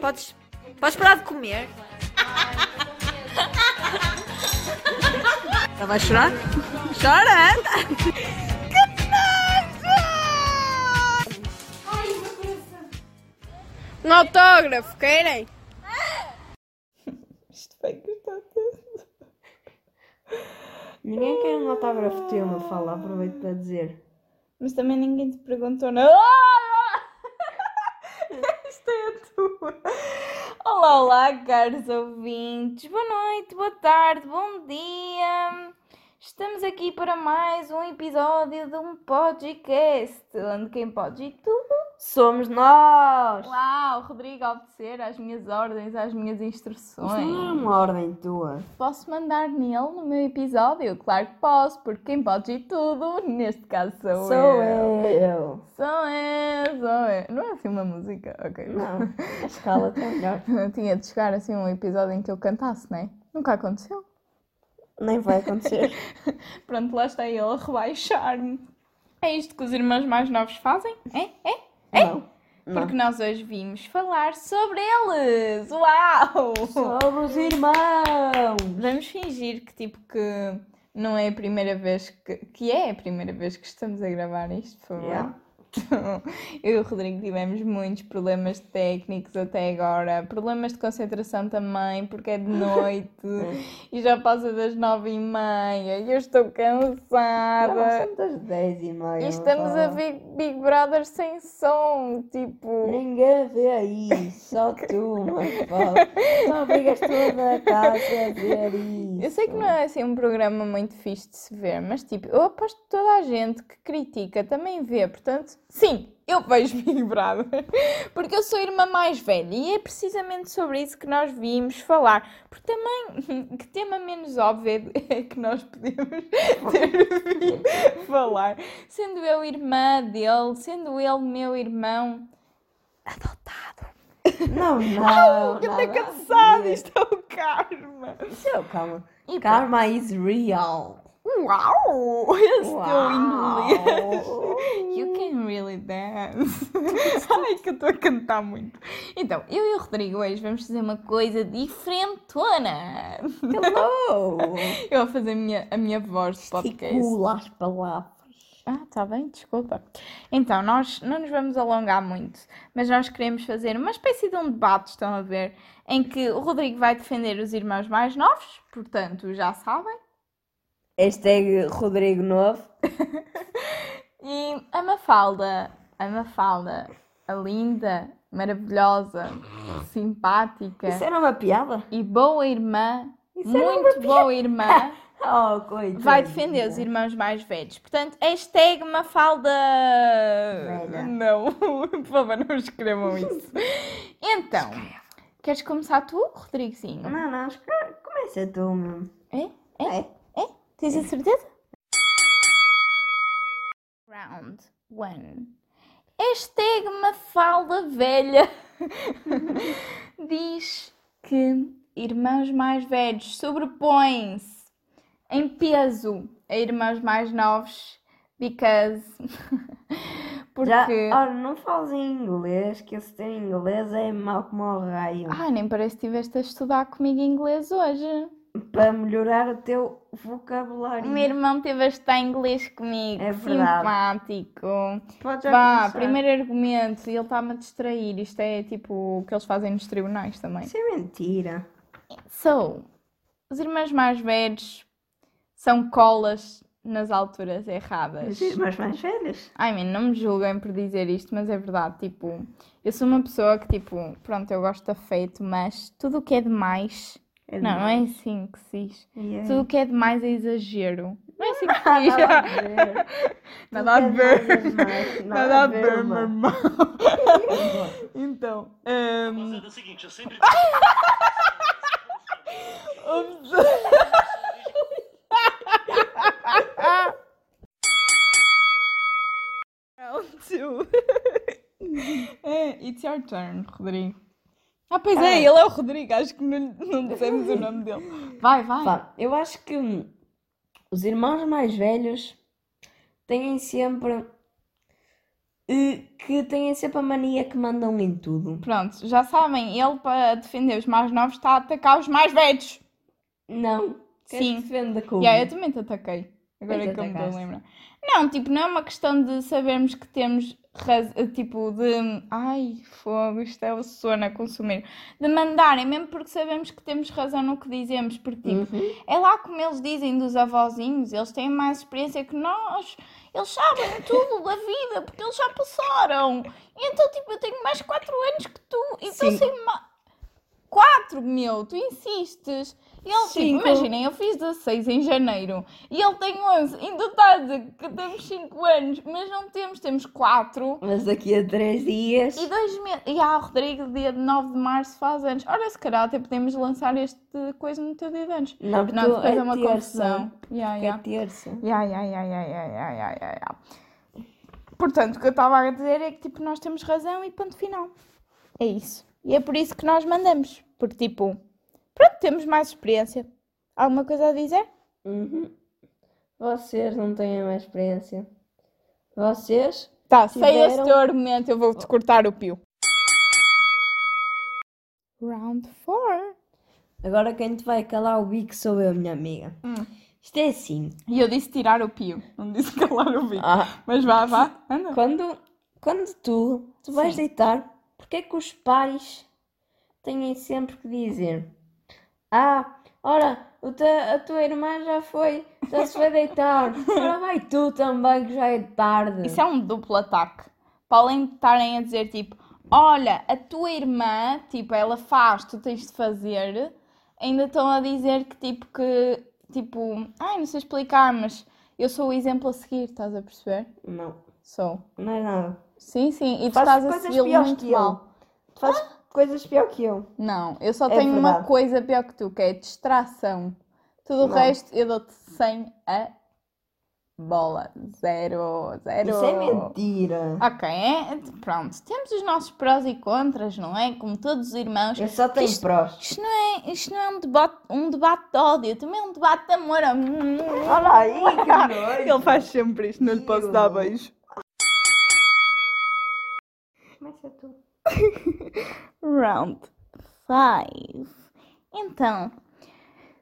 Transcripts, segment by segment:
Podes, podes parar de comer? Ela vai chorar? Chora, anda! Um autógrafo, querem? Isto vai custar tanto. Ninguém quer um autógrafo teu, uma fala, aproveito para dizer. Mas também ninguém te perguntou, não? Ah! Esta é a tua. Olá, olá, caros ouvintes. Boa noite, boa tarde, bom dia. Estamos aqui para mais um episódio de um podcast. Onde quem pode e tudo. Somos nós! Uau, Rodrigo, a obedecer às minhas ordens, às Isto minhas não é instruções. uma ordem tua. Posso mandar nele no meu episódio? Claro que posso, porque quem pode e tudo, neste caso sou, Sou eu. Sou eu, sou eu. Não é assim uma música? Ok. Não, a escala está melhor. Tinha de chegar assim um episódio em que eu cantasse, não é? Nunca aconteceu. Nem vai acontecer. Pronto, lá está ele a rebaixar-me. É isto que os irmãos mais novos fazem? É? É? Não. Não. Porque nós hoje vimos falar sobre eles. Uau! Sobre os irmãos! Vamos fingir que tipo que não é a primeira vez que, que é a primeira vez que estamos a gravar isto, por favor. Yeah. Eu e o Rodrigo tivemos muitos problemas técnicos até agora, problemas de concentração também, porque é de noite e já passa das nove e meia e eu estou cansada. São das 10 e meia. E estamos vá. a ver Big Brother sem som, tipo. Ninguém vê aí, só tu, Mafalda. Só obrigas toda a casa a ver isso. Eu sei que Então. não é assim um programa muito fixe de se ver, mas tipo, eu aposto que toda a gente que critica também vê, portanto, sim, eu vejo Big Brother, porque eu sou a irmã mais velha e é precisamente sobre isso que nós vimos falar, porque também, que tema menos óbvio é que nós podemos ter vindo falar, sendo eu irmã dele, sendo ele meu irmão adotado. Não, não. Eu nada estou a cansada, ver. isto é o karma. Seu, calma. E Karma is real. Uau! Esse teu inglês! Uau. You can really dance! Ai, que eu estou a cantar muito! Então, eu e o Rodrigo hoje vamos fazer uma coisa diferentona! Hello! Eu vou fazer a minha, a minha voz de podcast. Articula as palavras. Ah, tá bem, desculpa. Então, nós não nos vamos alongar muito, mas nós queremos fazer uma espécie de um debate, estão a ver, em que o Rodrigo vai defender os irmãos mais novos, portanto, já sabem. Hashtag é Rodrigo Novo. E a Mafalda, a Mafalda, a linda, maravilhosa, simpática Isso era uma piada? e boa irmã, Isso é era É. muito boa irmã, Oh, coitadinha. vai defender os irmãos mais velhos. Portanto, hashtag Mafalda. Velha. Não, por favor, não escrevam isso. Então, queres começar tu, Rodriguinho? Não, não, escreve- começa tu, meu. É? É? Tens a certeza? Round 1. Hashtag Mafalda Velha diz que irmãos mais velhos sobrepõem-se em peso a irmãos mais novos because. Porque. Já, olha, não fales em inglês, que esse teu inglês é mau como o raio. Ai, nem parece que estiveste a estudar comigo inglês hoje. Para melhorar o teu vocabulário. O meu irmão teve a estudar inglês comigo. É verdade. Simpático. Pode já Vá, começar. primeiro argumento, e ele está-me a distrair. Isto é tipo o que eles fazem nos tribunais também. Isso é mentira. So, os irmãos mais velhos são colas nas alturas erradas. Os irmãos mais velhos. Ai, man, não me julguem por dizer isto, mas é verdade. Tipo, eu sou uma pessoa que, tipo, pronto, eu gosto de afeto, mas tudo o que é demais. É Não, não é assim que se diz. Yeah. Tudo o que é demais é exagero. Não é assim que Ah, se diz. nada a ver. Nada a Tudo que é ver. demais, é demais. Nada a ver, meu mano. irmão. Então, hum, Mas é o seguinte, eu sempre. Round two. É, It's your turn, Rodrigo. Ah, pois é, ele é o Rodrigo, acho que não, não dissemos o nome dele. Vai, vai. Pá, eu acho que hum, os irmãos mais velhos têm sempre eh, que têm sempre a mania que mandam em tudo. Pronto, já sabem, ele para defender os mais novos está a atacar os mais velhos. Não. Queres Sim. que defenda como? Yeah, eu também te ataquei. Agora Também é te que eu me dou a atacaste. lembrar. Não, tipo, não é uma questão de sabermos que temos raz- tipo de ai, fogo, isto é o sono a consumir. De mandarem, mesmo porque sabemos que temos razão no que dizemos, porque tipo, Uhum. é lá como eles dizem dos avózinhos, eles têm mais experiência que nós, eles sabem tudo da vida, porque eles já passaram. E então, tipo, eu tenho mais 4 anos que tu, então Cinco. sei mais. 4, meu, tu insistes. E ele, Cinco. tipo, imaginem, eu fiz 16 em janeiro e ele tem 11, ainda está a dizer que temos 5 anos, mas não temos, temos 4. Mas daqui a três dias. E dois meses. E ah, o Rodrigo, dia 9 de março, faz anos. Ora, se calhar até podemos lançar este coisa no teu dia de anos. Não, porque Não, tu- depois é uma terça. confusão. Ya, Porque é ya. terça. Ya, ya, ya, ya, ya, ya, ya, ya, ya. Portanto, o que eu estava a dizer é que tipo, nós temos razão e ponto final. É isso. E é por isso que nós mandamos. Porque, tipo, pronto, temos mais experiência. Alguma coisa a dizer? Uhum. Vocês não têm mais experiência. Vocês? Tá, sei esse Tiveram- teu argumento, eu vou-te cortar o pio. Round 4. Agora quem te vai calar o bico sou eu, minha amiga. Hum. Isto é assim. E eu disse tirar o pio, não disse calar o bico. Ah, Mas vá, vá, anda. quando, quando tu te vais Sim. deitar, porque é que os pais têm sempre que dizer? Ah, ora, o te- a tua irmã já foi, já se foi deitar. Ora vai tu também, que já é tarde. Isso é um duplo ataque. Para além de estarem a dizer tipo, olha, a tua irmã, tipo, ela faz, tu tens de fazer, ainda estão a dizer que tipo que tipo, ai, não sei explicar, mas eu sou o exemplo a seguir, estás a perceber? Não, Sou. não é nada. Sim, sim, e é- tu Fazes estás a coisas segui-lo piores muito que eu. mal. Tu fazes coisas pior que eu. Não, eu só É tenho uma verdade. coisa pior que tu, que é distração. Tudo o Não. resto eu dou-te 100 a bola. Zero, zero. Isso é mentira. Ok, é, pronto. Temos os nossos prós e contras, não é? Como todos os irmãos. Eu só tenho Isto- prós. Isto não é, isto não é um, debate, um debate de ódio, também é um debate de amor. Hum, Olha aí, que nojo. faz sempre isto, não lhe posso dar beijo. Começa tu. Round 5. Então,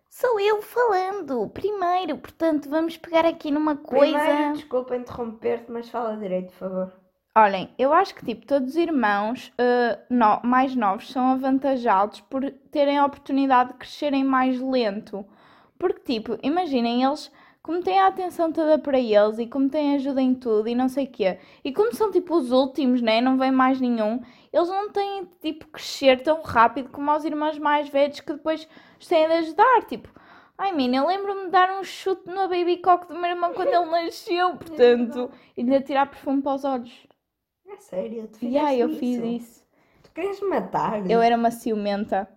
sou eu falando primeiro, portanto, vamos pegar aqui numa coisa. Primeiro, desculpa interromper-te, mas fala direito, por favor. Olhem, eu acho que tipo, todos os irmãos eh, no- mais novos são avantajados por terem a oportunidade de crescerem mais lento. Porque, tipo, imaginem, eles, como têm a atenção toda para eles e como têm ajuda em tudo e não sei o quê, e como são tipo os últimos, né? Não vem mais nenhum, eles não têm tipo crescer tão rápido como os irmãos mais velhos que depois os têm de ajudar. Tipo, ai mina, eu lembro-me de dar um chute no baby cock do meu irmão quando ele nasceu, portanto, e de lhe tirar perfume para os olhos. É sério, tu Ya, fizeste eu fiz isso? isso. Tu queres matar? Eu é- era uma ciumenta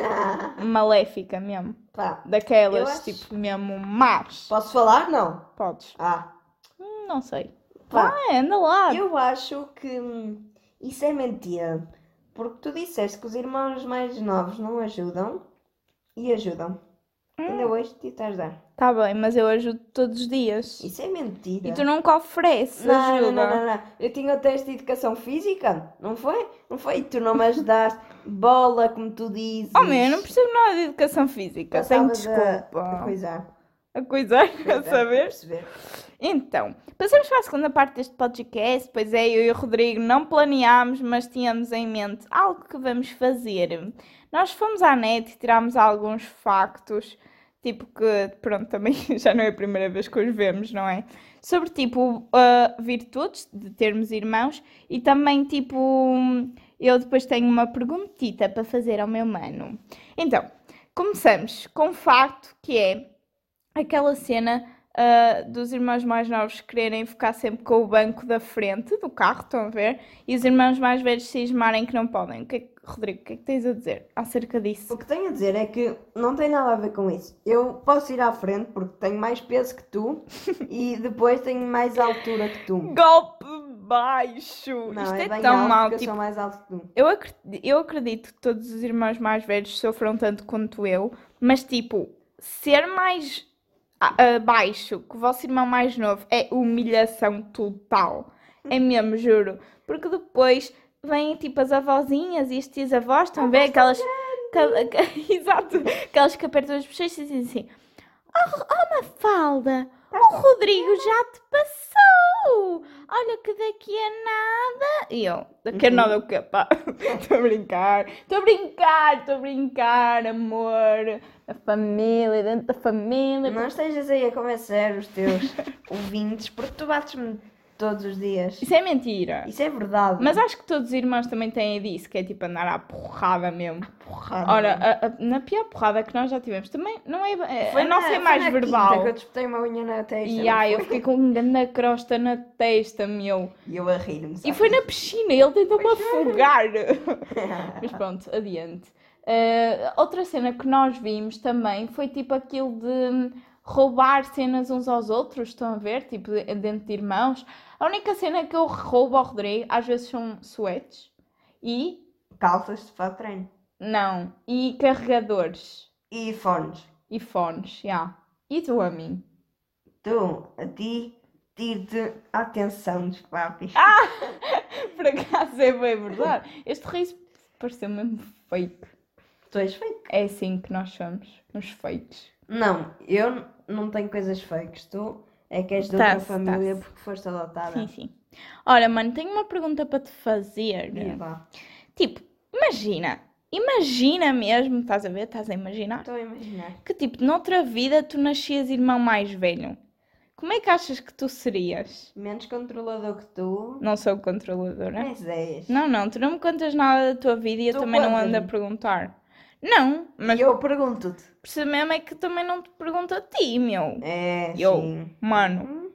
Ah, maléfica mesmo. pá. Eu Daquelas, acho- tipo, mesmo más. Posso falar? Não. Podes. Ah, Hum, Não sei. pá. Ah, anda lá. Eu acho que hum, isso é mentira. Porque tu disseste que os irmãos mais novos não ajudam e ajudam. Hum. Ainda hoje te estás a dar. Tá bem, mas eu ajudo todos os dias. Isso é mentira. E tu nunca ofereces Não, não, ajuda. não, não, não. Eu tinha o teste de educação física, não foi? Não foi? E tu não me ajudaste. Bola, como tu dizes. Oh, meu, eu não percebo nada de educação física. Tenho Passavas a- a desculpa. coisar. A coisa, a Coisar, saber? é. perceber. Então, passamos para a segunda parte deste podcast, pois é, eu e o Rodrigo não planeámos, mas tínhamos em mente algo que vamos fazer. Nós fomos à net e tirámos alguns factos, tipo que, pronto, também já não é a primeira vez que os vemos, não é? Sobre, tipo, ah, virtudes de termos irmãos e também, tipo, eu depois tenho uma perguntita para fazer ao meu mano. Então, começamos com um facto que é aquela cena uh, dos irmãos mais novos quererem ficar sempre com o banco da frente do carro, estão a ver? E os irmãos mais velhos cismarem que não podem. O que é que- Rodrigo, o que é que tens a dizer acerca O disso? que tenho a dizer é que não tem nada a ver com isso. Eu posso ir à frente porque tenho mais peso que tu e depois tenho mais altura que tu. Golpe baixo! Não, Isto é é, bem tão alto mau. porque eu Tipo, sou mais alto que tu. eu, acredito, eu acredito que todos os irmãos mais velhos sofram tanto quanto eu, mas tipo, ser mais a- abaixo que o vosso irmão mais novo é humilhação total. É mesmo, juro. Porque depois vêm tipo as avózinhas e as tias avós estão a ver aquelas. aquela- que- Exato, aquelas que apertam as bochechas e dizem assim: Oh, oh Mafalda, o Rodrigo já te passou! Olha que daqui a nada. E eu, daqui a Uhum. nada o quê? Pá, estou a brincar, estou a brincar, estou a brincar, amor. A família, dentro da família. Não estejas aí a convencer os teus ouvintes, porque tu bates-me todos os dias. Isso é mentira. Isso é verdade. Mas acho que todos os irmãos também têm disso, que é tipo andar à porrada mesmo. porrada. Ora, a- a- na pior porrada que nós já tivemos também, não é. é- a nossa é foi mais na quinta verbal. que eu disputei uma unha na testa. E não ai, eu foi? fiquei com uma crosta na testa, meu. E eu a rir-me. E sabe? foi na piscina, ele tentou-me afogar. Mas pronto, adiante. Eh, outra cena que nós vimos também foi tipo aquilo de roubar cenas uns aos outros, estão a ver? Tipo, de- dentro de irmãos. A única cena que eu roubo ao Rodrigo, às vezes são suetes e. Calças de fato de treino. Não, e carregadores E fones. e fones, já. E tu a mim? Tu, a ti, tiro-te a atenção dos papis. Por acaso é bem verdade. Este riso pareceu mesmo fake. Tu és feio. É assim que nós somos, uns fakes. Não, eu n- não tenho coisas fakes. Tu é que és da outra Tá-se, família tá-se. porque foste adotada. Sim, sim. Ora, mano, tenho uma pergunta para te fazer. E vá. Tipo, imagina, imagina mesmo, estás a ver? Estás a imaginar? Estou a imaginar. Que tipo, noutra vida tu nascias irmão mais velho. Como é que achas que tu serias? Menos controlador que tu. Não sou controladora. Mas és. Não, não, tu não me contas nada da tua vida e eu Tu também não ando a contas-me. perguntar. Não, mas E eu pergunto-te. percebo mesmo é que também não te pergunto a ti, meu. É, Eu. sim. Mano, Hum,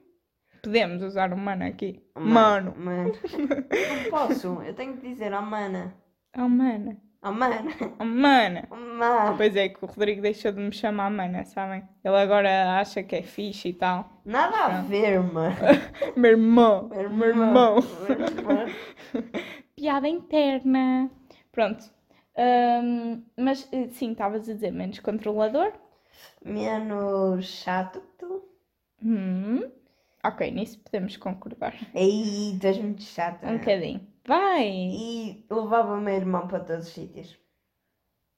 podemos usar o mano aqui. mano, Mano. mano. Não posso. Eu tenho que dizer, oh mana. Oh, mana. Oh mana. Oh, mana. Oh mana. Pois é, que o Rodrigo deixou de me chamar mana, sabem? Ele agora acha que é fixe e tal. Nada a Não. ver, mano. Meu irmão. Meu Meu irmão. irmão. Piada interna. Pronto. Hum, mas eh, sim, estavas a dizer menos controlador. Menos chato que tu. Hum. Ok, nisso podemos concordar. Ei, tu és muito chata. Um bocadinho. Vai! E levava o meu irmão para todos os sítios.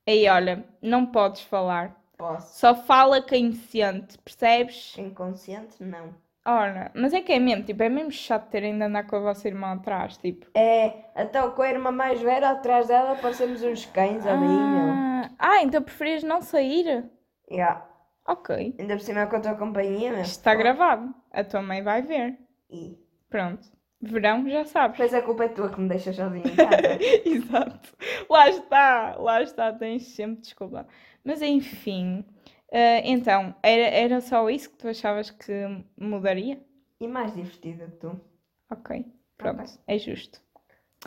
Ei, olha, não podes falar. Posso. Só fala quem sente, percebes? Inconsciente? Não. Ora, mas é que é mesmo, tipo, é mesmo chato terem de andar com a vossa irmã atrás, tipo. É, então com a irmã mais velha atrás dela parecemos uns cães ali, É meu. Ah, ah, então preferias não sair? Yeah. Ok. Ainda por cima é com a tua companhia, meu. Isto está gravado. A tua mãe vai ver. E Pronto. Verão, já sabes. depois a culpa é tua que me deixas sozinha em casa. Exato. Lá está, lá está, tens sempre desculpa. Mas enfim. ah, então, era, era só isso que tu achavas que mudaria? e mais divertida que tu. Ok. Pronto, Ok. é justo.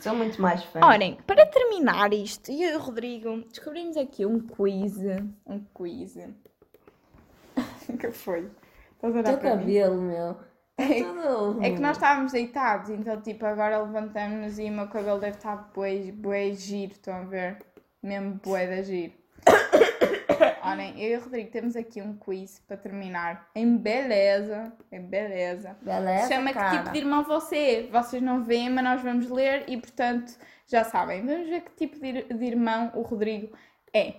Sou muito mais fã. Orem, para terminar isto, eu e o Rodrigo descobrimos aqui um quiz. Um quiz. que foi? Estás a olhar para mim? meu. um É- tudo. É que nós estávamos deitados, então tipo, agora levantamos-nos e o meu cabelo deve estar bué, bué giro, estão a ver? Mesmo bué da giro. Olhem, eu e o Rodrigo temos aqui um quiz para terminar. Em beleza, em beleza. Beleza, Se chama que tipo de irmão você é. Vocês não veem, mas nós vamos ler e portanto já sabem. Vamos ver que tipo de, ir- de irmão o Rodrigo é.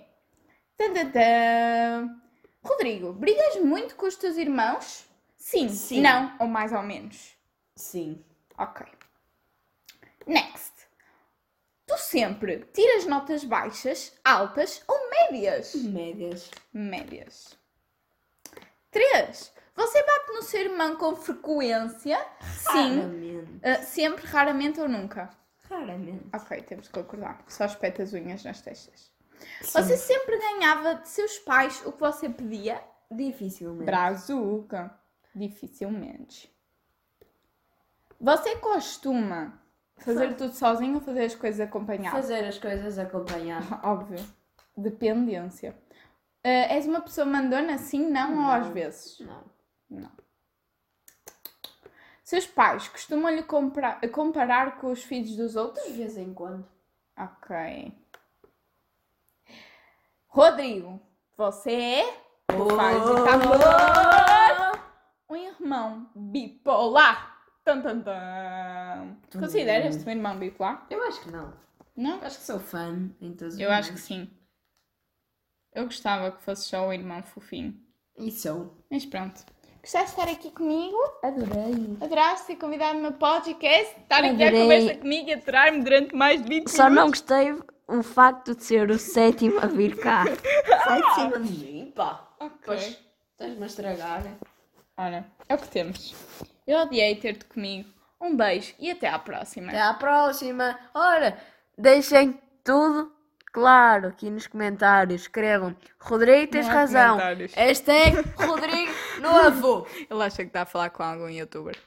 Tantantã. Rodrigo, brigas muito com os teus irmãos? Sim, Sim. não, ou mais ou menos. Sim. Ok. Next. Tu sempre tiras notas baixas, altas ou médias? Médias. Médias. 3. Você bate no seu irmão com frequência? Sim. Raramente. Ah, sempre, raramente ou nunca? Raramente. Ok, temos que concordar. Só espeta as unhas nas testas. Você sempre ganhava de seus pais o que você pedia? Dificilmente. Brazuca. Dificilmente. Você costuma fazer tudo sozinho ou fazer as coisas acompanhadas? Fazer as coisas acompanhar. Óbvio. Dependência. Ah, és uma pessoa mandona? Sim, não, ou às Não. vezes? Não. Não. Seus pais costumam-lhe compra- comparar com os filhos dos outros? De vez em quando. Ok. Rodrigo, você é Oh. tá o pai de tambor. um irmão bipolar. Tum, tum, tum. Consideras-te um irmão bipolar? Eu acho que não. Não? Eu acho que sou fã em todos os Eu acho que momentos. sim. Eu gostava que fosse só o irmão fofinho. E sou. Mas pronto. Gostaste de estar aqui comigo? Adorei. Adoraste ter convidado no meu podcast? Estar aqui à Adorei. conversa comigo e aturar-me durante mais de 20 Só não minutos? gostei o facto de ser o sétimo a vir cá. Sai de cima de mim, pá. Ok. Pois, estás-me a estragar. Olha, é o que temos. Eu odiei ter-te comigo. Um beijo e até à próxima. Até à próxima. Ora, deixem tudo claro aqui nos comentários. Escrevam. Rodrigo, tens Não há razão. É comentários. Hashtag Rodrigo no avô. Ele acha que está a falar com algum youtuber.